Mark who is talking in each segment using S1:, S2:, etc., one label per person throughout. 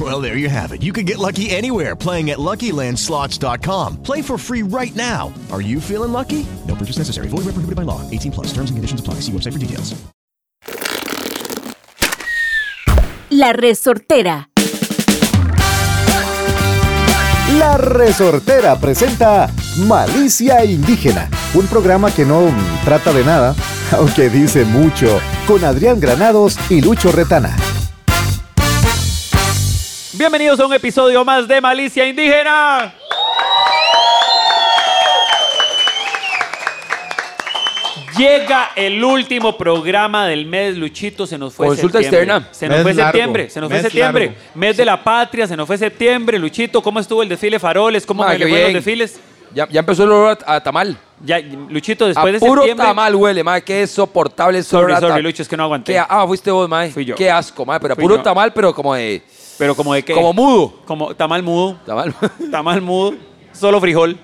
S1: Well, there you have it. You can get lucky anywhere playing at LuckyLandSlots.com. Play for free right now. Are you feeling lucky? No purchase necessary. Void where prohibited by law. 18 plus. Terms and conditions apply. See website for details.
S2: La resortera.
S3: La Resortera presenta Malicia Indígena, un programa que no mm, trata de nada, aunque dice mucho, con Adrián Granados y Lucho Retana.
S4: Bienvenidos a un episodio más de Malicia Indígena. Llega el último programa del mes, Luchito, se nos fue
S5: Consulta
S4: septiembre.
S5: externa.
S4: Se nos
S6: Mes
S4: fue
S6: largo,
S4: septiembre, se nos fue
S6: mes
S4: septiembre.
S6: largo.
S4: Mes de la patria, se nos fue septiembre. Luchito, ¿cómo estuvo el desfile Faroles? ¿Cómo
S5: Ma,
S4: me
S5: Ah, qué
S4: le fue en
S5: bien.
S4: los desfiles?
S5: Ya, ya empezó el olor a, a tamal.
S4: Ya, Luchito, después de
S5: a puro
S4: septiembre...
S5: tamal huele, mae. Qué insoportable ese olor
S4: Sorry,
S5: a
S4: sorry,
S5: tamal.
S4: Lucho, es que no aguanté.
S5: Qué- ah, fuiste vos, mae.
S4: Fui yo.
S5: Qué asco, mae. Pero a
S4: Fui
S5: puro
S4: yo.
S5: tamal, pero como de...
S4: Pero como de qué?
S5: Como mudo.
S4: Como tamal mudo,
S5: Tamal.
S4: tamal mudo, solo frijol.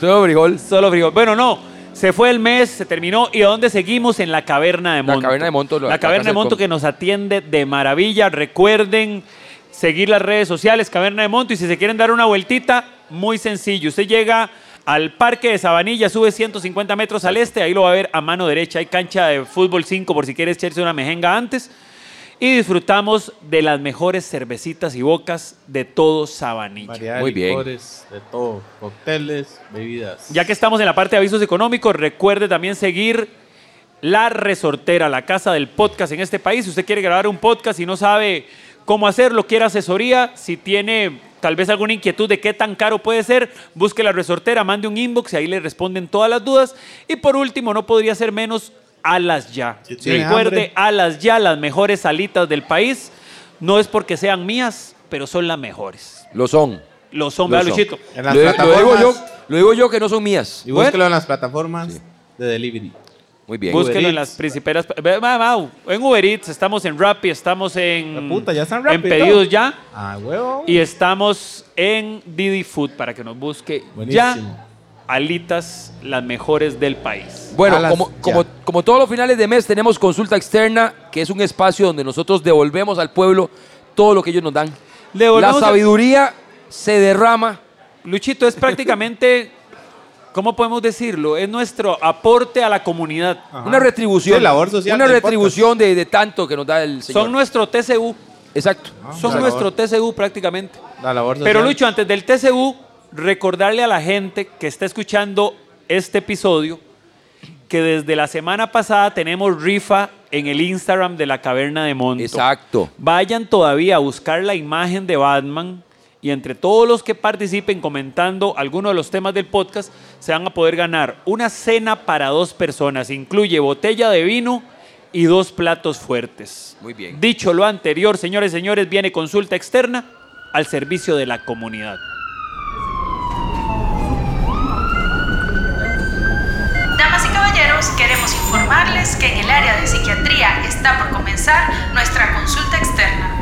S5: Solo brigol.
S4: Solo frijol. Bueno, no. Se fue el mes, se terminó. ¿Y a dónde seguimos? En la Caverna de Monto.
S5: Caverna de Monto, la-
S4: La
S5: la
S4: Caverna
S5: casa
S4: de
S5: del
S4: Monto
S5: cómic.
S4: que nos atiende de maravilla. Recuerden seguir las redes sociales, Caverna de Monto. Y si se quieren dar una vueltita, muy sencillo. Usted llega al Parque de Sabanilla, sube 150 metros al este. Ahí lo va a ver a mano derecha. Hay cancha de fútbol 5 por si quieres echarse una mejenga antes. Y disfrutamos de las mejores cervecitas y bocas de todo Sabanilla.
S6: Variedad de
S5: Muy bien.
S6: licores, de todo, cócteles, bebidas.
S4: Ya que estamos en la parte de avisos económicos, recuerde también seguir La Resortera, la casa del podcast en este país. Si usted quiere grabar un podcast y no sabe cómo hacerlo, quiere asesoría, si tiene tal vez alguna inquietud de qué tan caro puede ser, busque La Resortera, mande un inbox y ahí le responden todas las dudas. Y por último, no podría ser menos, Alas Ya.
S6: Si tiene
S4: recuerde,
S6: hambre.
S4: Alas Ya, las mejores salitas del país. No es porque sean mías, pero son las mejores.
S5: Lo son.
S4: Lo son,
S5: Lo
S4: ¿verdad,
S5: son.
S4: Luchito?
S6: En
S5: Lo,
S6: las
S5: lo digo
S6: plataformas.
S5: yo, lo digo yo que no son mías.
S6: Y búsquelo en las plataformas de delivery.
S5: Muy bien.
S4: Búsquelo
S6: Uber
S4: en
S6: Eats.
S4: las principales. ve, ma- Mau, en Uber Eats, estamos en Rappi, estamos en.
S6: La puta, ya están
S4: En
S6: Rappi,
S4: pedidos
S6: ¿no?
S4: ya.
S6: Ah, huevo.
S4: Y estamos en Didi Food para que nos busque
S6: Buenísimo.
S4: ya alitas las mejores del país.
S5: Bueno,
S6: Alas,
S5: como,
S6: ya.
S5: como, como todos los finales de mes tenemos consulta externa, que es un espacio donde nosotros devolvemos al pueblo todo lo que ellos nos dan.
S4: Devolvemos
S5: la
S4: el-
S5: sabiduría se derrama.
S4: Luchito, es prácticamente. ¿Cómo podemos decirlo? Es nuestro aporte a la comunidad.
S6: Ajá.
S5: Una retribución.
S6: Sí, labor social
S5: una
S6: del
S5: retribución de, de tanto que nos da el Señor.
S4: Son Ah, nuestro TCU.
S5: Exacto.
S4: Son
S6: por
S4: nuestro TCU prácticamente.
S6: Ah, La labor social.
S4: Pero Lucho, antes del TCU, recordarle a la gente que está escuchando este episodio que desde la semana pasada tenemos rifa en el Instagram de la Caverna de Monto.
S5: Exacto.
S4: Vayan todavía a buscar la imagen de Batman y entre todos los que participen comentando alguno de los temas del podcast, se van a poder ganar una cena para dos personas. Incluye botella de vino y dos platos fuertes.
S5: Muy bien.
S4: Dicho lo anterior, señores y señores, viene consulta externa al servicio de la comunidad.
S7: Damas y caballeros, queremos informarles que en el área de psiquiatría está por comenzar nuestra consulta externa.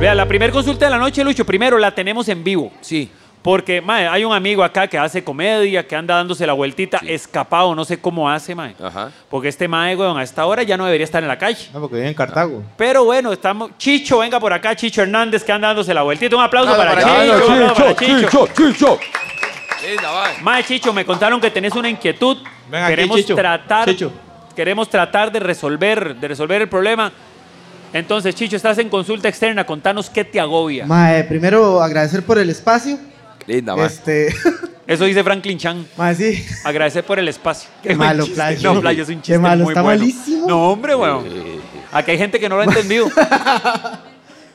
S4: Vea, la primera consulta de la noche, Lucho, primero la tenemos en vivo.
S5: Sí.
S4: Porque, mae, hay un amigo acá que hace comedia, que anda dándose la vueltita, escapado, no sé cómo hace, mae.
S5: Ajá.
S4: Porque este mae, weón, a esta hora ya no debería estar en la calle.
S6: No, porque vive en Cartago.
S4: Pero bueno, estamos. Chicho, venga por acá, Chicho Hernández, que anda dándose la vueltita. Un aplauso
S6: Aplauso
S4: para,
S6: para
S4: Chicho.
S6: Chicho,
S4: un aplauso para Chicho.
S5: Chicho. Linda, va.
S4: Mae, Chicho, me contaron que tenés una inquietud.
S6: Ven aquí,
S4: queremos
S6: Chicho.
S4: tratar.
S6: Chicho.
S4: Queremos tratar de resolver, de resolver el problema. Entonces, Chicho, estás en consulta externa. Contanos qué te agobia.
S8: Mae, primero eh, agradecer por el espacio.
S5: Linda,
S4: ma.
S8: Este,
S4: Eso dice Franklin Chan.
S8: mae, sí.
S4: Agradecer por el espacio.
S8: Qué
S4: buen
S8: malo,
S4: chiste.
S8: Playo.
S4: No, Playo es un
S8: Qué
S4: chiste
S8: malo,
S4: muy
S8: está
S4: bueno.
S8: malísimo.
S4: No, hombre, bueno. Aquí hay gente que no lo ha entendido.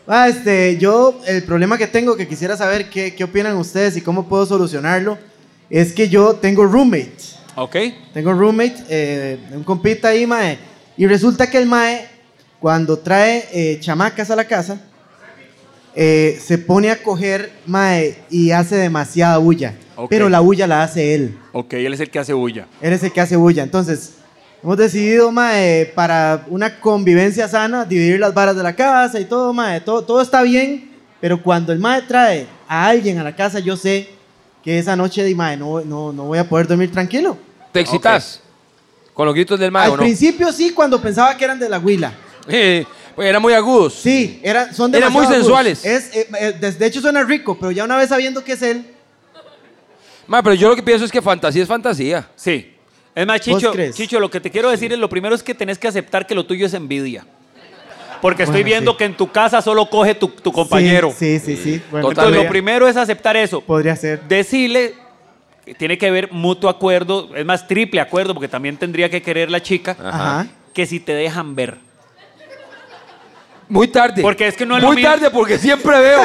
S8: Mae, este, yo, el problema que tengo, que quisiera saber qué, qué opinan ustedes y cómo puedo solucionarlo, es que yo tengo roommate.
S4: ¿Ok?
S8: Tengo roommate, eh, un compita ahí, mae. Y resulta que el mae, cuando trae eh, chamacas a la casa, eh, se pone a coger, mae, y hace demasiada bulla.
S4: Ok.
S8: Pero la bulla la hace él.
S4: Ok, él es el que hace bulla.
S8: Él es el que hace bulla. Entonces, hemos decidido, mae, para una convivencia sana, dividir las varas de la casa y todo, mae. Todo, todo está bien, pero cuando el mae trae a alguien a la casa, yo sé que esa noche, di, mae, no, no, no voy a poder dormir tranquilo.
S5: ¿Te excitas? ¿Con los gritos del
S8: Al
S5: mago, no?
S8: principio sí, cuando pensaba que eran de la huila.
S5: Eh, pues eran muy agudos.
S8: Sí, era, son
S5: Eran muy
S8: demasiado agudos.
S5: sensuales.
S8: Es, eh, eh, de, de hecho suena rico, pero ya una vez sabiendo que es él,
S5: Ma, pero yo lo que pienso es que fantasía es fantasía.
S4: Sí. Es más, Chicho, Chicho, lo que te quiero decir es lo primero es que tenés que aceptar que lo tuyo es envidia. Porque estoy
S8: Bueno,
S4: viendo que en tu casa solo coge tu, tu compañero.
S8: Sí, sí, sí. sí. Bueno,
S4: Entonces, lo
S8: podría-
S4: primero es aceptar eso.
S8: Podría ser.
S4: Decirle, que tiene que haber mutuo acuerdo, es más, triple acuerdo, porque también tendría que querer la chica,
S8: Ajá.
S4: que si te dejan ver.
S5: Muy tarde.
S4: Porque es que no es
S5: Muy
S4: lo mismo.
S5: tarde porque siempre veo.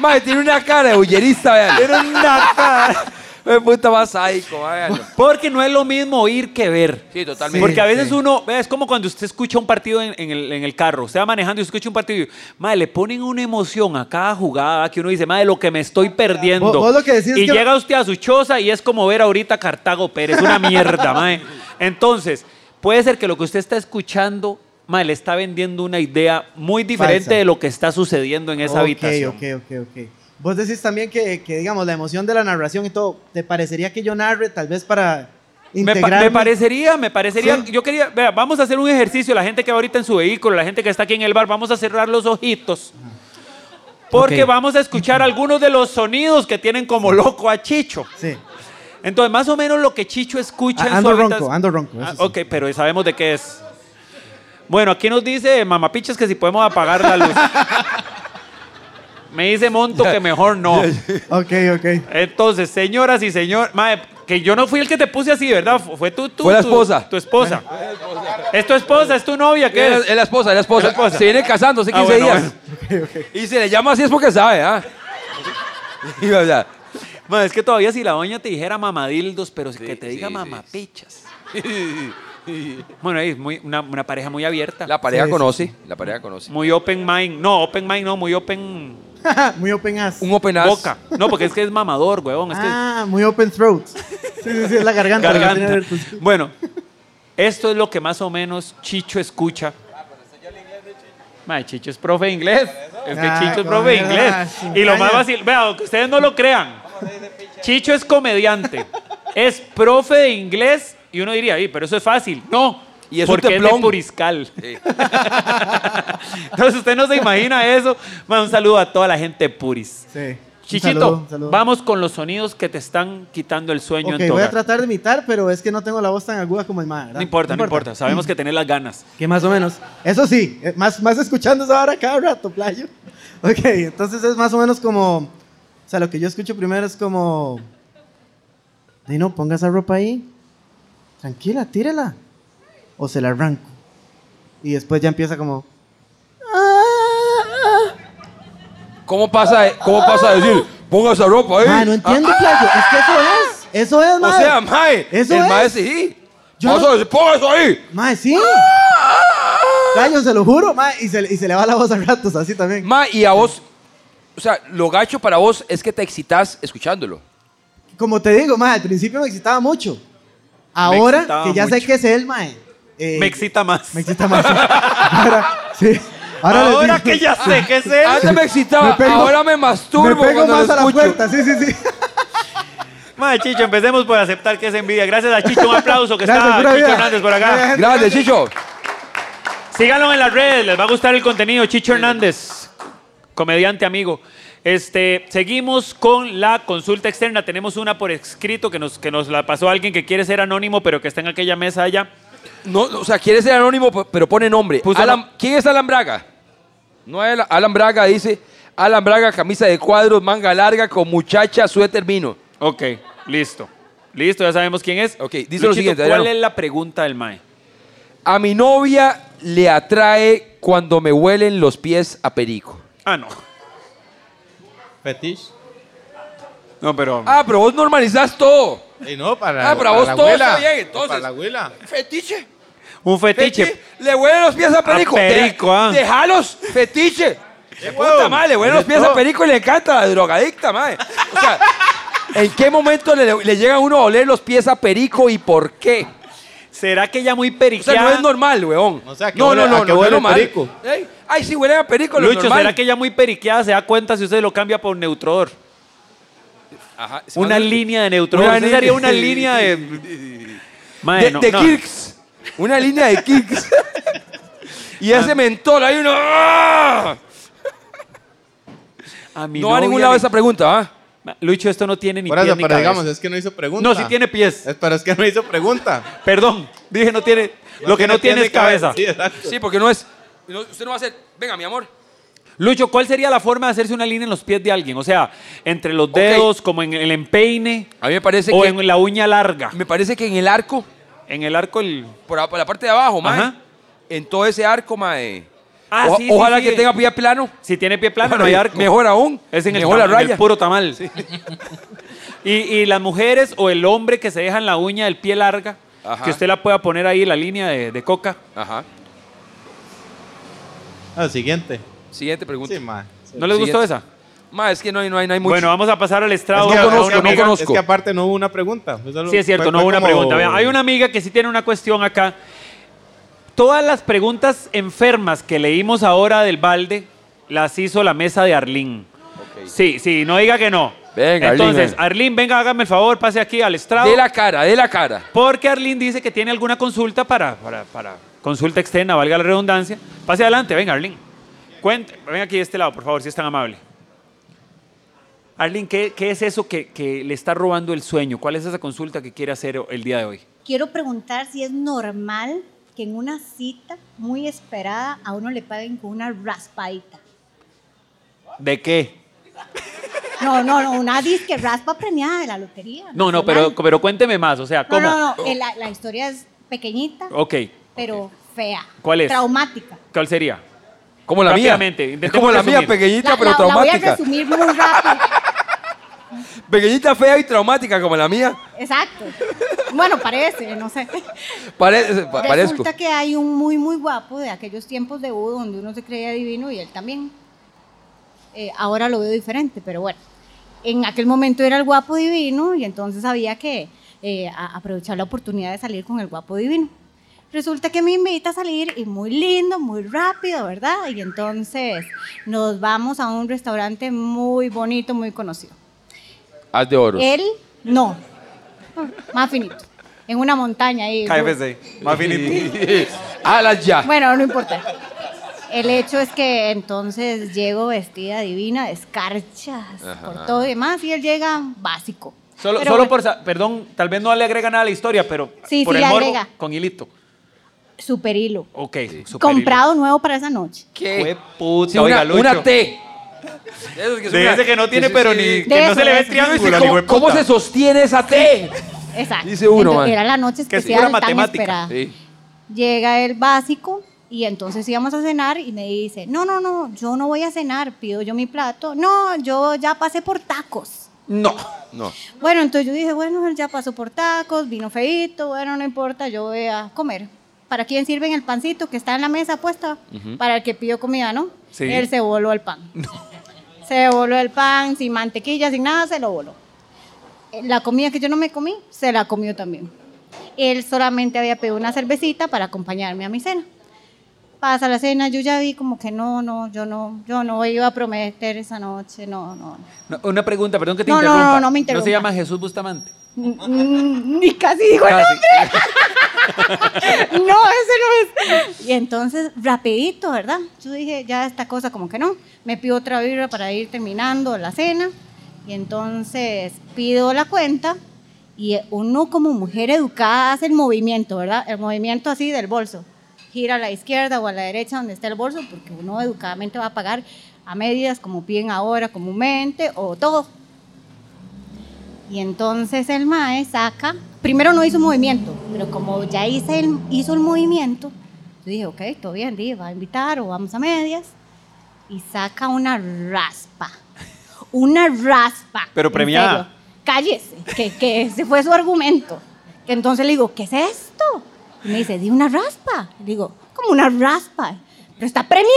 S5: Madre, tiene una cara de bullerista, vean.
S4: Tiene una cara.
S5: Me puta más sádico, véanlo.
S4: Porque no es lo mismo oír que ver.
S5: Sí, totalmente.
S4: Porque a veces
S5: Sí.
S4: uno, vea, es como cuando usted escucha un partido en, en el, en el carro, usted va manejando y escucha un partido y, madre, le ponen una emoción a cada jugada que uno dice, madre, lo que me estoy perdiendo.
S8: Vos- vos lo que decís es
S4: y
S8: que-
S4: llega usted a su choza y es como ver ahorita a Cartago Pérez, una mierda, madre. Entonces, puede ser que lo que usted está escuchando, madre, le está vendiendo una idea muy diferente
S8: Falsa.
S4: de lo que está sucediendo en esa
S8: Ok,
S4: habitación.
S8: Ok, ok, ok. Vos decís también que, que, digamos, la emoción de la narración y todo, ¿te parecería que yo narre tal vez para
S4: Me, pa-
S8: integrar?
S4: me parecería, me parecería.
S8: Sí.
S4: Yo quería, vea, vamos a hacer un ejercicio. La gente que va ahorita en su vehículo, la gente que está aquí en el bar, vamos a cerrar los ojitos. Porque
S8: Ok.
S4: vamos a escuchar algunos de los sonidos que tienen como loco a Chicho.
S8: Sí.
S4: Entonces, más o menos lo que Chicho escucha en su
S8: Ah, ando
S4: habitación-
S8: ronco, ando ronco.
S4: Ah,
S8: eso sí.
S4: ok, pero sabemos de qué es. Bueno, aquí nos dice Mamapiches que si podemos apagar la luz. Me dice Monto que mejor no.
S8: Ok, ok.
S4: Entonces, señoras y señores, que yo no fui el que te puse así, ¿verdad? Fu- Fue tu, tu,
S5: Fue la
S4: tu-
S5: esposa.
S4: Tu esposa. Es tu esposa, es tu novia, ¿qué
S5: Es
S4: es?
S5: la- es la esposa, es la esposa.
S4: Es la esposa.
S5: Se viene casando hace
S4: Ah,
S5: 15
S4: bueno,
S5: días. Y se le llama así es porque sabe, ¿ah? Y, o sea,
S4: Ma, es que todavía si la doña te dijera mamadildos, pero que te diga
S5: sí,
S4: mamapichas. Bueno, es muy, una, una pareja muy abierta.
S5: la pareja
S8: Sí, sí,
S5: conoce, la pareja conoce.
S4: Muy open mind. No, open mind no, muy open
S8: muy open ass.
S5: Un open ass.
S4: boca. No, porque es que es mamador, huevón. Es que es-
S8: ah, muy open throat. Sí, sí, sí, es la garganta. la
S4: Garganta.
S8: tiene abierta.
S4: Bueno, esto es lo que más o menos Chicho escucha. Mae, Chicho es profe de inglés. Es que
S8: Ah,
S4: Chicho es
S8: con
S4: profe de
S8: eso,
S4: inglés.
S8: ah, sin
S4: Y lo más
S8: caña.
S4: fácil, vea, aunque ustedes no lo crean. Chicho es comediante. Es profe de inglés y uno diría, "Ey, pero eso es fácil. No.
S5: Y es un
S4: porque es de
S5: templón.
S4: Puriscal.
S5: Sí.
S4: Entonces usted no se imagina eso. Mae, un saludo a toda la gente de Puris.
S8: Sí. Un
S4: Chichito,
S8: saludo, un saludo.
S4: vamos con los sonidos que te están quitando el sueño
S8: Ok,
S4: en tu
S8: voy a
S4: hogar.
S8: tratar de imitar, pero es que no tengo la voz tan aguda como el mae. ¿verdad?
S4: No importa, no importa. Sabemos que tenés las ganas.
S8: Que más o menos. Eso sí, eh, más, más escuchando esa hora cada rato, playo. Ok, entonces es más o menos como. O sea, lo que yo escucho primero es como. "Ay, no, ponga esa ropa ahí. Tranquila, tírela. O se la arranco. Y después ya empieza como.
S5: ¿Cómo pasa, e-, cómo pasa a decir, ponga esa ropa ahí?
S8: Ah, no entiendo, playo. Es que eso es. Eso es,
S5: ah, O
S8: mae.
S5: sea, mae,
S8: Eso
S5: el
S8: es.
S5: mae Ah, sí.
S8: Yo
S5: Vamos
S8: no-
S5: a decir, ponga eso ahí.
S8: Mae, sí.
S5: ah.
S8: Playo, se lo juro, mae. Y se, le- y se le va la voz a ratos, así también.
S5: Ma, y a vos, o sea, lo gacho para vos es que te excitas escuchándolo.
S8: Como te digo, mae, al principio me excitaba mucho. Ahora
S4: excitaba
S8: que ya sé
S4: mucho.
S8: que es él, mae. eh,
S4: Me excita más.
S8: Me excita más. Ahora, sí.
S4: Ahora,
S8: les digo-
S4: que ya sé que es él.
S5: Antes me excitaba,
S8: Me pego-
S5: ahora me
S8: Me
S5: masturbo
S8: pego
S5: cuando
S8: más
S5: lo
S8: a la
S5: escucho.
S8: puerta, sí, sí, sí.
S4: Madre Chicho, empecemos por aceptar que es envidia. Gracias a Chicho, un aplauso que
S8: Gracias,
S4: está
S8: pura
S4: Chicho
S8: vida.
S4: Hernández por acá.
S5: Grande, Chicho.
S4: Síganlo en las redes, les va a gustar el contenido. Chicho Hernández, comediante amigo. Este, seguimos con la consulta externa. Tenemos una por escrito que nos, que nos la pasó alguien que quiere ser anónimo, pero que está en aquella mesa allá.
S5: No, no, o sea, quiere ser anónimo, pe- pero pone nombre. Alan- ¿Quién es Alan Braga? No es Ala- Alan Braga, dice. Alan Braga, camisa de cuadros, manga larga, con muchacha, suéter vino.
S4: Ok, listo. Listo, ya sabemos quién es.
S5: Ok, dice lo
S4: Luchito,
S5: siguiente.
S4: ¿Cuál
S5: Adriano.
S4: es la pregunta del Mae?
S5: A mi novia le atrae cuando me huelen los pies a perico.
S4: Ah, no.
S6: Fetish.
S4: No, pero.
S5: Ah, pero vos normalizás todo.
S6: Y no, para,
S5: ah, pero a
S6: para
S5: vos
S6: la
S5: todo
S6: abuela.
S5: está bien, entonces.
S6: Para la abuela.
S5: Fetiche.
S4: Un fetiche.
S5: Le huelen los pies a perico. De-
S4: perico, ah.
S5: Dejalos, fetiche. De puta madre, le huelen los pies a perico y le encanta la drogadicta, madre. O sea, ¿en qué momento le, le llega a uno a oler los pies a perico y por qué?
S4: ¿Será que ya muy
S5: O sea, no
S4: periqueada?
S5: es normal, weón.
S6: O sea, que
S5: no,
S6: huele-
S5: no,
S6: a que
S5: no, no, no es
S6: huele
S5: normal.
S6: perico.
S5: Ey, Ay, sí, huelen a perico, lo
S4: Lucho,
S5: normal.
S4: ¿será que ya muy periqueada se da cuenta si usted lo cambia por neutrodor?
S5: Ajá, se
S4: Una
S5: manda-
S4: línea de neutrodor.
S5: Una
S4: Usted
S5: línea-
S4: haría una línea de. Mae,
S5: de,
S4: no,
S5: de
S4: no.
S5: Kirks. Una línea de Kirks. y ese mentor, hay uno. ¡ah!
S4: A mi
S5: No va a
S4: novia
S5: ningún
S4: le-
S5: lado esa pregunta, ¿ah?
S4: Lucho, esto no tiene ni
S6: Por
S4: pies
S6: eso,
S4: ni
S6: pero
S4: cabeza.
S6: digamos, es que no hizo pregunta.
S4: No, sí tiene pies.
S6: Es- pero es que no hizo pregunta.
S4: Perdón, dije no tiene. lo que no tiene es cabeza.
S6: Sí, exacto.
S5: Sí, porque no es. no- usted no va a hacer. Venga, mi amor.
S4: Lucho, ¿cuál sería la forma de hacerse una línea en los pies de alguien? O sea, entre los dedos, como en el empeine,
S5: A mí me parece
S4: o
S5: que.
S4: en la uña larga.
S5: Me parece que en el arco,
S4: En el arco, el.
S5: por, la- por la parte de abajo, Oh, mae.
S4: Ajá.
S5: En todo ese arco, mae.
S4: Ah,
S5: O-
S4: sí, sí,
S5: ojalá
S4: sí,
S5: que
S4: eh.
S5: tenga pie plano.
S4: Si tiene pie plano,
S5: Bueno,
S4: no hay arco.
S5: Mejor aún.
S4: Es en el,
S5: mejor la
S4: tam- en el
S5: raya.
S4: puro tamal. Y, y las mujeres o el hombre que se dejan la uña del pie larga,
S5: Ajá.
S4: que usted la pueda poner ahí, la línea de, de coca.
S5: Ajá.
S6: Ah, siguiente.
S5: Siguiente pregunta.
S6: Sí, ma. Sí.
S4: ¿No les gustó esa?
S5: Mae, es que no hay, no hay, no hay mucho.
S4: Bueno, vamos a pasar al estrado.
S5: Es que
S4: a una
S5: conozco, no
S4: amiga.
S5: conozco.
S6: Es que aparte no hubo una pregunta. Fue solo-
S4: Sí, es cierto,
S6: fue-
S4: no
S6: fue
S4: hubo una
S6: como-
S4: pregunta. Vean, hay una amiga que sí tiene una cuestión acá. Todas las preguntas enfermas que leímos ahora del balde las hizo la mesa de Arlín. Sí, sí, no diga que no.
S5: Venga, Arlín,
S4: Entonces,
S5: venga.
S4: Arlín, venga, hágame el favor, pase aquí al estrado.
S5: De la cara, de la cara.
S4: Porque Arlín dice que tiene alguna consulta para, para, para consulta externa, valga la redundancia. Pase adelante, venga, Arlín. Cuente, ven aquí de este lado, por favor, si es tan amable. Arlín, ¿qué, qué es eso que, que le está robando el sueño? ¿Cuál es esa consulta que quiere hacer el día de hoy?
S9: Quiero preguntar si es normal que en una cita muy esperada a uno le paguen con una raspadita.
S4: ¿De qué?
S9: No, no, no, una disque raspa premiada de la lotería.
S4: No, no,
S9: nacional.
S4: pero, pero cuénteme más, o sea,
S9: No,
S4: ¿cómo?
S9: no, no, eh, la, la historia es pequeñita,
S4: Ok,
S9: pero fea.
S4: ¿Cuál es?
S9: Traumática.
S4: ¿cuál sería?
S5: Como la mía.
S4: Rápidamente,
S5: Es como
S4: intentemos
S5: la mía,
S4: resumir.
S5: pequeñita
S9: La-
S5: pero
S9: la- la voy a
S5: traumática.
S9: resumir muy rápido.
S5: Pequeñita, fea y traumática como la mía.
S9: Exacto. Bueno, parece, no sé.
S5: Parece, pa- parezco.
S9: Resulta que hay un muy, muy guapo de aquellos tiempos de U donde uno se creía divino y él también. Eh, ahora lo veo diferente, pero bueno. En aquel momento era el guapo divino y entonces había que eh, a- aprovechar la oportunidad de salir con el guapo divino. Resulta que me invita a salir y muy lindo, muy rápido, ¿verdad? Y entonces nos vamos a un restaurante muy bonito, muy conocido.
S5: Haz de oro.
S9: Él, no. Más finito. En una montaña ahí.
S4: Más
S5: Alas ya.
S9: Eh, Bueno, no importa. El hecho es que entonces llego vestida divina, de escarchas, por todo y demás, y él llega básico.
S4: Solo,
S9: Pero
S4: solo
S9: bueno,
S4: por, sa- perdón, tal vez no le agrega nada a la historia, pero
S9: Sí,
S4: por
S9: sí,
S4: el
S9: le
S4: morbo,
S9: agrega.
S4: con hilito.
S9: Super hilo.
S4: Ok, super
S9: Comprado nuevo para esa noche.
S5: ¿Qué?
S4: Jue puta,
S5: Sí,
S4: oiga,
S5: una,
S4: Lucho.
S5: una T. De esos son
S4: De
S5: una-
S4: ese que no tiene,
S5: sí, sí,
S4: pero
S5: sí.
S4: ni.
S9: De
S4: Que no
S9: eso,
S4: se le
S9: de
S4: ve
S9: eso.
S4: triángulo. ni
S5: ¿Cómo,
S4: hueputa.
S5: cómo se sostiene esa T?
S9: Exacto.
S5: Dice uno,
S9: Entonces,
S5: man.
S9: Era la noche
S4: Que es
S9: especial,
S4: pura
S9: tan
S4: matemática.
S9: esperada.
S5: Sí.
S9: Llega el básico y entonces íbamos a cenar y me dice, no, no, no, yo no voy a cenar, pido yo mi plato. No, yo ya pasé por tacos.
S5: No. No.
S9: Bueno, entonces yo dije, bueno, él ya pasó por tacos, vino feito, bueno, no importa, yo voy a comer. ¿Para quién sirven el pancito que está en la mesa puesta? Para el que pidió comida, ¿no?
S4: Sí.
S9: Él se voló el pan. Se voló el pan, sin mantequilla, sin nada, se lo voló. Eh, La comida que yo no me comí, se la comió también. Él solamente había pedido una cervecita para acompañarme a mi cena. Pasa la cena, yo ya vi como que no, no, yo no, yo no iba a prometer esa noche, no, no.
S4: No, una pregunta, perdón que te
S9: No, no, no,
S4: interrumpa.
S9: no me
S4: se
S9: interrumpa.
S4: llama Jesús Bustamante. Ah,
S9: Mm, Ni casi digo el
S5: Casi.
S9: nombre. No, ese no es. Y entonces, rapidito, ¿verdad? Yo dije, ya esta cosa como que no. Me pido otra vibra para ir terminando la cena. Y entonces pido la cuenta Y uno como mujer educada hace el movimiento, ¿verdad? El movimiento así del bolso. Gira a la izquierda o a la derecha donde está el bolso, porque uno educadamente va a pagar a medidas, como piden ahora comúnmente, o todo. Y entonces el mae saca, primero no hizo movimiento, pero como ya hice el- hizo el movimiento, yo dije, ok, todo bien, di, va a invitar o vamos a medias. Y saca una raspa, una raspa.
S4: Pero
S9: en
S4: premiada.
S9: serio. Cállese, que, que ese fue su argumento. Que entonces le digo, ¿qué es esto? Y me dice, di una raspa. Le digo, como una raspa, pero está premiada.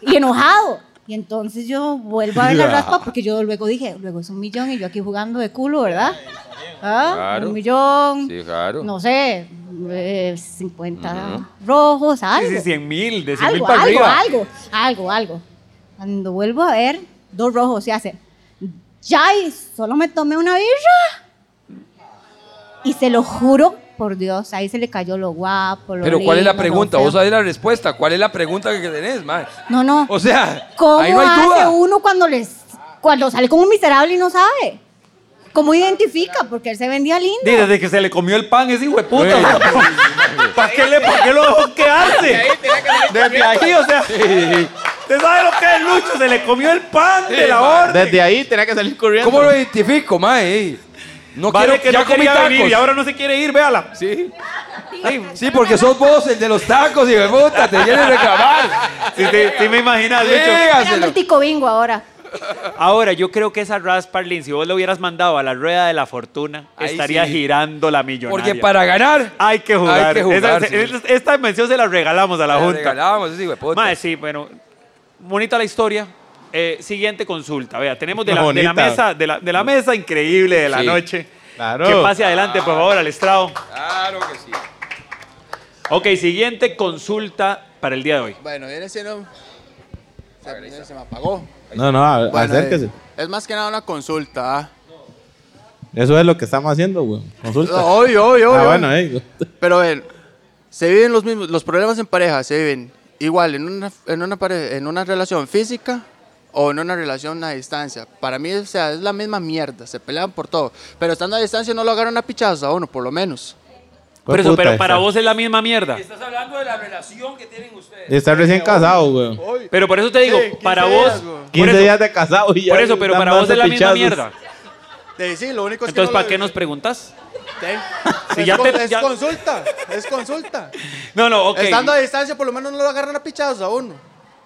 S9: Y enojado. Y entonces yo vuelvo a ver la
S10: Ya.
S9: raspa porque yo luego dije, luego es un millón y yo aquí jugando de culo, ¿verdad? ¿Ah?
S5: Claro.
S9: Un millón,
S5: Sí, claro.
S9: no sé, eh, 50 rojos, algo.
S4: Sí, sí, 100 mil, de 100 mil
S9: algo,
S4: para
S9: algo,
S4: arriba.
S9: algo, algo, algo. Cuando vuelvo a ver, dos rojos se hace. Ya, y solo me tomé una birra. Y se lo juro, por Dios, ahí se le cayó lo guapo. Lo
S5: Pero ¿cuál es la
S9: lindo, lo
S5: pregunta?
S9: feo.
S5: Vos sabés la respuesta. ¿Cuál es la pregunta que tenés, mae?
S9: No, no.
S5: O sea,
S9: ¿Cómo
S5: ahí no hay
S9: hace
S5: duda.
S9: uno cuando les cuando sale como un miserable y no sabe? ¿Cómo identifica? Porque él se vendía lindo.
S4: Di, Desde que se le comió el pan, ese hijo de puta. ¿Para qué, le- pa' qué lo dejó quedarse? Desde ahí, o sea. ¿Usted sabe lo que es Lucho? Se le comió el pan de la orden.
S5: Desde ahí tenía que salir corriendo. ¿Cómo lo identifico, mae? No
S4: Vale
S5: quiero
S4: que
S5: ya
S4: no
S5: comí
S4: quería
S5: tacos.
S4: venir y ahora no se quiere ir, véala.
S5: Sí. Sí, porque sos vos el de los tacos y me puta, te vienen a reclamar.
S4: Sí, sí, sí me imaginas,
S5: Sí,
S9: Era
S4: Lucho.
S9: el tico bingo ahora.
S4: Ahora, yo creo que esa raspa, Arlene, si vos la hubieras mandado a la rueda de la fortuna,
S5: Ahí
S4: estaría
S5: sí.
S4: girando la millonaria.
S5: Porque para ganar
S4: hay que jugar.
S5: hay que jugar,
S4: Esa-
S5: sí.
S4: esta- esta mención se la regalamos a la
S5: La
S4: Junta.
S5: regalamos, ese hijo de puta.
S4: Mae, sí, bueno. Bonita la historia. Eh, siguiente consulta. Vea, tenemos de
S6: No,
S4: la, de la
S6: bonita.
S4: mesa, de la, de la mesa increíble de la
S6: Sí.
S4: noche.
S6: Claro.
S4: Que pase adelante, por favor, al estrado.
S11: Claro que sí.
S4: Ok, siguiente consulta para el día de hoy.
S11: Bueno, viene siendo. Se, se me apagó.
S6: No, no, a-
S11: Bueno,
S6: acérquese.
S11: eh, es más que nada una consulta. ¿ah?
S6: Eso es lo que estamos haciendo, güey. Consulta.
S11: Obvio, obvio,
S6: Ah,
S11: obvio.
S6: bueno, eh.
S11: Pero ven, se viven los mismos. Los problemas en pareja se viven igual en una, en una, pare- en una relación física o en una relación a distancia. Para mí, o sea, es la misma mierda. Se pelean por todo. Pero estando a distancia no lo agarran a pichazos a uno, por lo menos.
S4: Por eso,
S6: puta,
S4: pero para
S6: está.
S4: vos es la misma mierda.
S6: Está recién casado, güey.
S4: Pero por eso te digo, para vos. por
S6: 15
S4: eso-
S6: días de casado y ya.
S4: Por eso, pero
S6: están
S4: para vos es
S6: dando
S4: la misma
S6: pichazos.
S4: mierda.
S11: Te sí, lo único es que.
S4: Entonces,
S11: no
S4: ¿para
S11: lo-
S4: qué nos preguntas?
S11: Ten.
S4: Si
S11: es,
S4: ya
S11: con-
S4: te-
S11: es
S4: ya-
S11: consulta, es consulta.
S4: No, no, ok.
S11: Estando a distancia, por lo menos no lo agarran a pichazos a uno.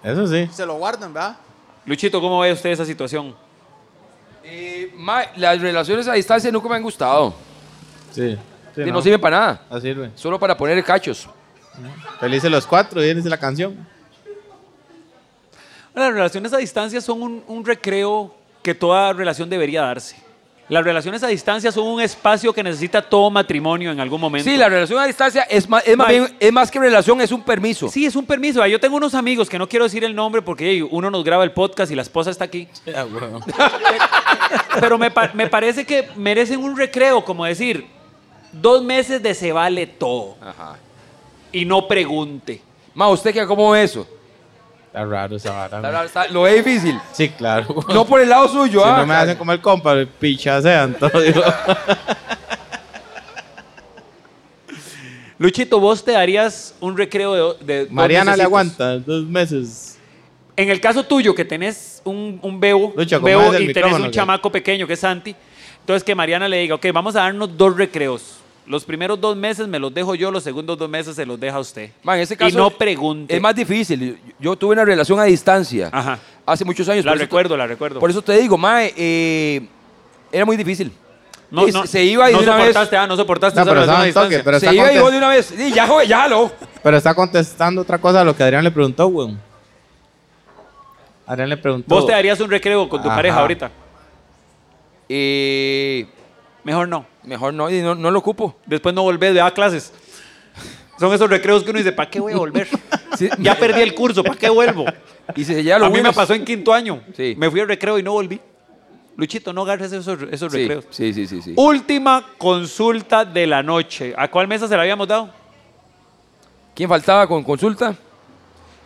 S6: Eso sí.
S11: Se lo guardan, ¿verdad?
S4: Luchito, ¿cómo ve usted esa situación?
S5: Eh, Mae, las relaciones a distancia nunca me han gustado.
S6: Sí. sí,
S5: Sí, no. sirve para nada.
S6: No sirve.
S5: Solo para poner cachos.
S6: Felices los cuatro, vienes la canción.
S4: Las relaciones a distancia son un, un recreo que toda relación debería darse. Las relaciones a distancia son un espacio que necesita todo matrimonio en algún momento.
S5: Sí, la relación a distancia es más, es más,
S4: Mae.
S5: bien- es más que relación, es un permiso.
S4: Sí, es un permiso. Ah, Yo tengo unos amigos que no quiero decir el nombre porque hey, uno nos graba el podcast y la esposa está aquí. Pero me, pa- me parece que merecen un recreo, como decir, dos meses de se vale todo. Y no pregunte.
S5: Ma, ¿usted qué, cómo ve eso?
S6: Está raro esa vara.
S5: Está
S6: güey.
S5: raro, está- lo es difícil.
S6: Sí, claro. güey.
S5: No por el lado suyo,
S6: Si
S5: ah,
S6: no me hacen como el compa, picha sean todos.
S4: Luchito, ¿vos te darías un recreo de, de dos
S6: Mariana le
S4: mesecitos?
S6: aguanta dos meses.
S4: En el caso tuyo, que tenés un, un bebo,
S6: Lucho,
S4: un bebo
S6: ¿cómo es el
S4: y tenés
S6: micrófono,
S4: un
S6: qué?
S4: chamaco pequeño que es Santi, entonces que Mariana le diga, ok, vamos a darnos dos recreos. Los primeros dos meses me los dejo yo, los segundos dos meses se los deja usted.
S5: Ma, en ese
S4: y
S5: caso
S4: no pregunte.
S5: Es más difícil. Yo, yo tuve una relación a distancia hace muchos años.
S4: La
S5: por eso te-
S4: recuerdo, la recuerdo.
S5: Por eso te digo, mae, eh, era muy difícil.
S4: No,
S5: Y se-
S4: no,
S5: se iba y
S4: no
S5: de una vez.
S4: soportaste, ah, no soportaste
S6: No,
S4: esa
S6: pero
S4: relación
S6: son
S4: a
S6: toques,
S4: distancia.
S6: pero
S5: se
S6: está
S5: iba y
S6: contest-
S5: vos de una vez. Y ya, joven, ya, lo.
S6: Pero está contestando otra cosa a lo que Adrián le preguntó, güey. Adrián le preguntó.
S4: ¿Vos te darías un recreo con tu
S6: Ajá.
S4: pareja ahorita? Mejor no.
S5: Eh, Mejor no, y no, no lo ocupo.
S4: Después no volvés, a clases. Son esos recreos que uno dice, ¿para qué voy a volver? ya perdí el curso, ¿para qué vuelvo?
S5: Y si se lleva
S4: a
S5: los
S4: mí me
S5: buenos.
S4: pasó en quinto año.
S5: Sí.
S4: Me fui al recreo y no volví. Luchito, no agarres esos, esos
S5: Sí,
S4: recreos.
S5: Sí, sí, sí. sí.
S4: Última consulta de la noche. ¿A cuál mesa se la habíamos dado?
S5: ¿Quién faltaba con consulta?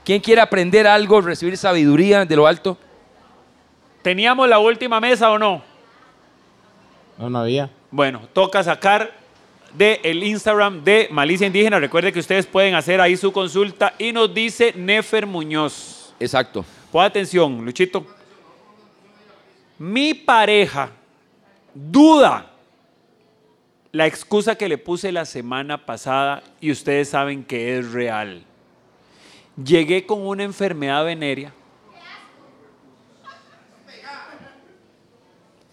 S5: ¿Quién quiere aprender algo, recibir sabiduría de lo alto?
S4: ¿Teníamos la última mesa o no?
S6: No, no había.
S4: Bueno, toca sacar del el Instagram de Malicia Indígena. Recuerde que ustedes pueden hacer ahí su consulta y nos dice Nefer Muñoz.
S5: Exacto.
S4: Pon atención, Luchito. Mi pareja duda la excusa que le puse la semana pasada y ustedes saben que es real. Llegué con una enfermedad venérea.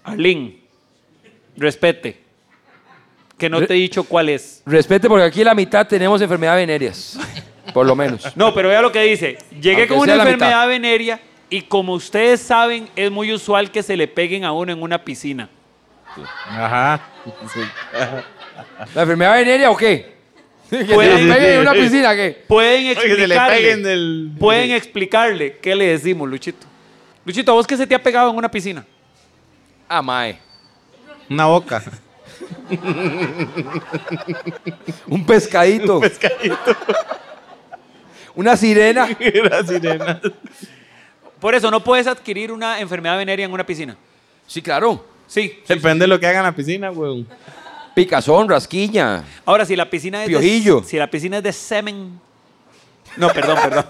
S4: Arlín, respete. Que no te he dicho cuál es.
S5: Respete, porque aquí la mitad tenemos enfermedades venéreas. Por lo menos.
S4: No, pero vea lo que dice. Llegué
S5: Aunque
S4: con una
S5: sea la
S4: enfermedad
S5: mitad.
S4: venérea y como ustedes saben, es muy usual que se le peguen a uno en una piscina.
S6: Ajá.
S5: ¿La enfermedad venérea o qué? Que se
S4: Pueden-
S5: le peguen en una piscina, ¿qué?
S4: Pueden
S5: Oye, que se le
S4: explicarle.
S5: peguen del-
S4: Pueden explicarle. ¿Qué le decimos, Luchito? Luchito, ¿a vos qué se te ha pegado en una piscina?
S5: Ah, mae.
S6: Una boca.
S5: Un pescadito. Una sirena.
S6: Una sirena.
S4: Por eso, ¿no puedes adquirir una enfermedad venérea en una piscina?
S5: Sí, claro.
S4: Sí.
S6: Depende de lo que hagan en la piscina, weón.
S5: Picazón, rasquiña.
S4: Ahora, si la piscina es
S5: Piojillo.
S4: de... Si la piscina es de semen... No, perdón, perdón.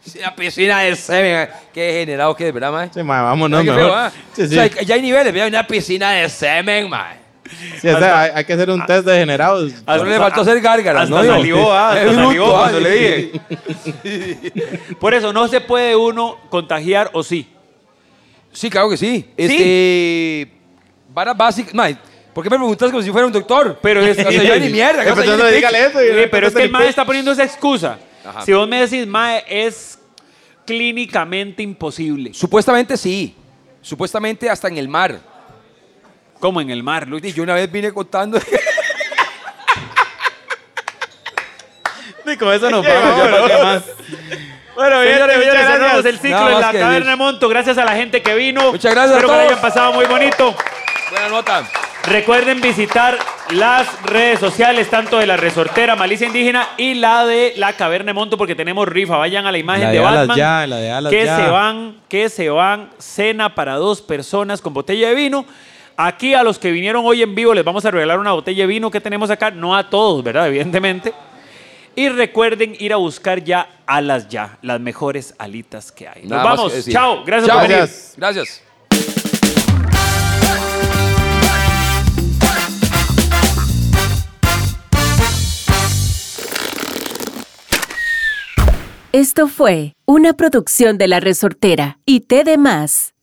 S5: Sí, la piscina de semen. Qué degenerado que es, ¿verdad, mae?
S6: Sí, mae, vámonos,
S5: Ay, qué
S6: mejor.
S5: feo, ¿ah?
S6: Sí,
S5: O
S6: sí.
S5: sea, hay- ya hay niveles. Hay una piscina de semen, mae.
S6: Sí, o sea, hay, hay que
S5: Ah.
S6: hacer un test de degenerados.
S5: Solo le faltó hacer gárgaras,
S4: hasta
S5: ¿no? Digo,
S4: salivó, ah,
S5: es
S4: hasta
S5: bruto,
S4: salivó
S5: ah,
S4: cuando
S5: sí.
S4: le dije. Por eso, ¿no se puede uno contagiar o sí?
S5: Sí, claro que sí. Este. Vara básica. mae, ¿Por qué me preguntas como si fuera un doctor?
S4: Pero es-
S5: O sea, yo ni mierda.
S4: Pero
S5: o sea, yo
S4: no
S5: ni
S4: dígale
S5: pic-
S4: eso, y- Eh, pero es que el mae está poniendo esa excusa.
S5: Ajá.
S4: Si vos me decís, mae, es clínicamente imposible.
S5: Supuestamente sí. Supuestamente hasta en el mar.
S4: Como en el mar, Luis.
S5: Y yo una vez vine contando.
S4: con eso nos
S5: vamos, ya pasé más.
S4: Bueno, bien,
S5: Señores,
S4: señores,
S5: muchas
S4: cerramos
S5: gracias.
S4: el ciclo
S5: Nada
S4: en
S5: más
S4: la
S5: que
S4: Taberna
S5: decir.
S4: de Monto. Gracias a la gente que vino.
S5: Muchas gracias a
S4: Espero que la
S5: todos.
S4: hayan pasado muy bonito.
S5: Buena nota.
S4: Recuerden visitar las redes sociales, tanto de la resortera Malicia Indígena y la de la Caverna de Monto, porque tenemos rifa. Vayan a la imagen
S6: La
S4: de,
S6: de alas
S4: Batman.
S6: ya, la de alas
S4: que
S6: ya.
S4: se van, que se van, cena para dos personas con botella de vino. Aquí a los que vinieron hoy en vivo les vamos a regalar una botella de vino que tenemos acá, no a todos, ¿verdad? Evidentemente. Y recuerden ir a buscar ya alas ya, las mejores alitas que hay. Nos
S5: Nada más que
S4: vamos,
S5: decir.
S4: chao, gracias
S5: Chao.
S4: por venir.
S5: Gracias. Gracias.
S2: Esto fue una producción de La Resortera y T de Más.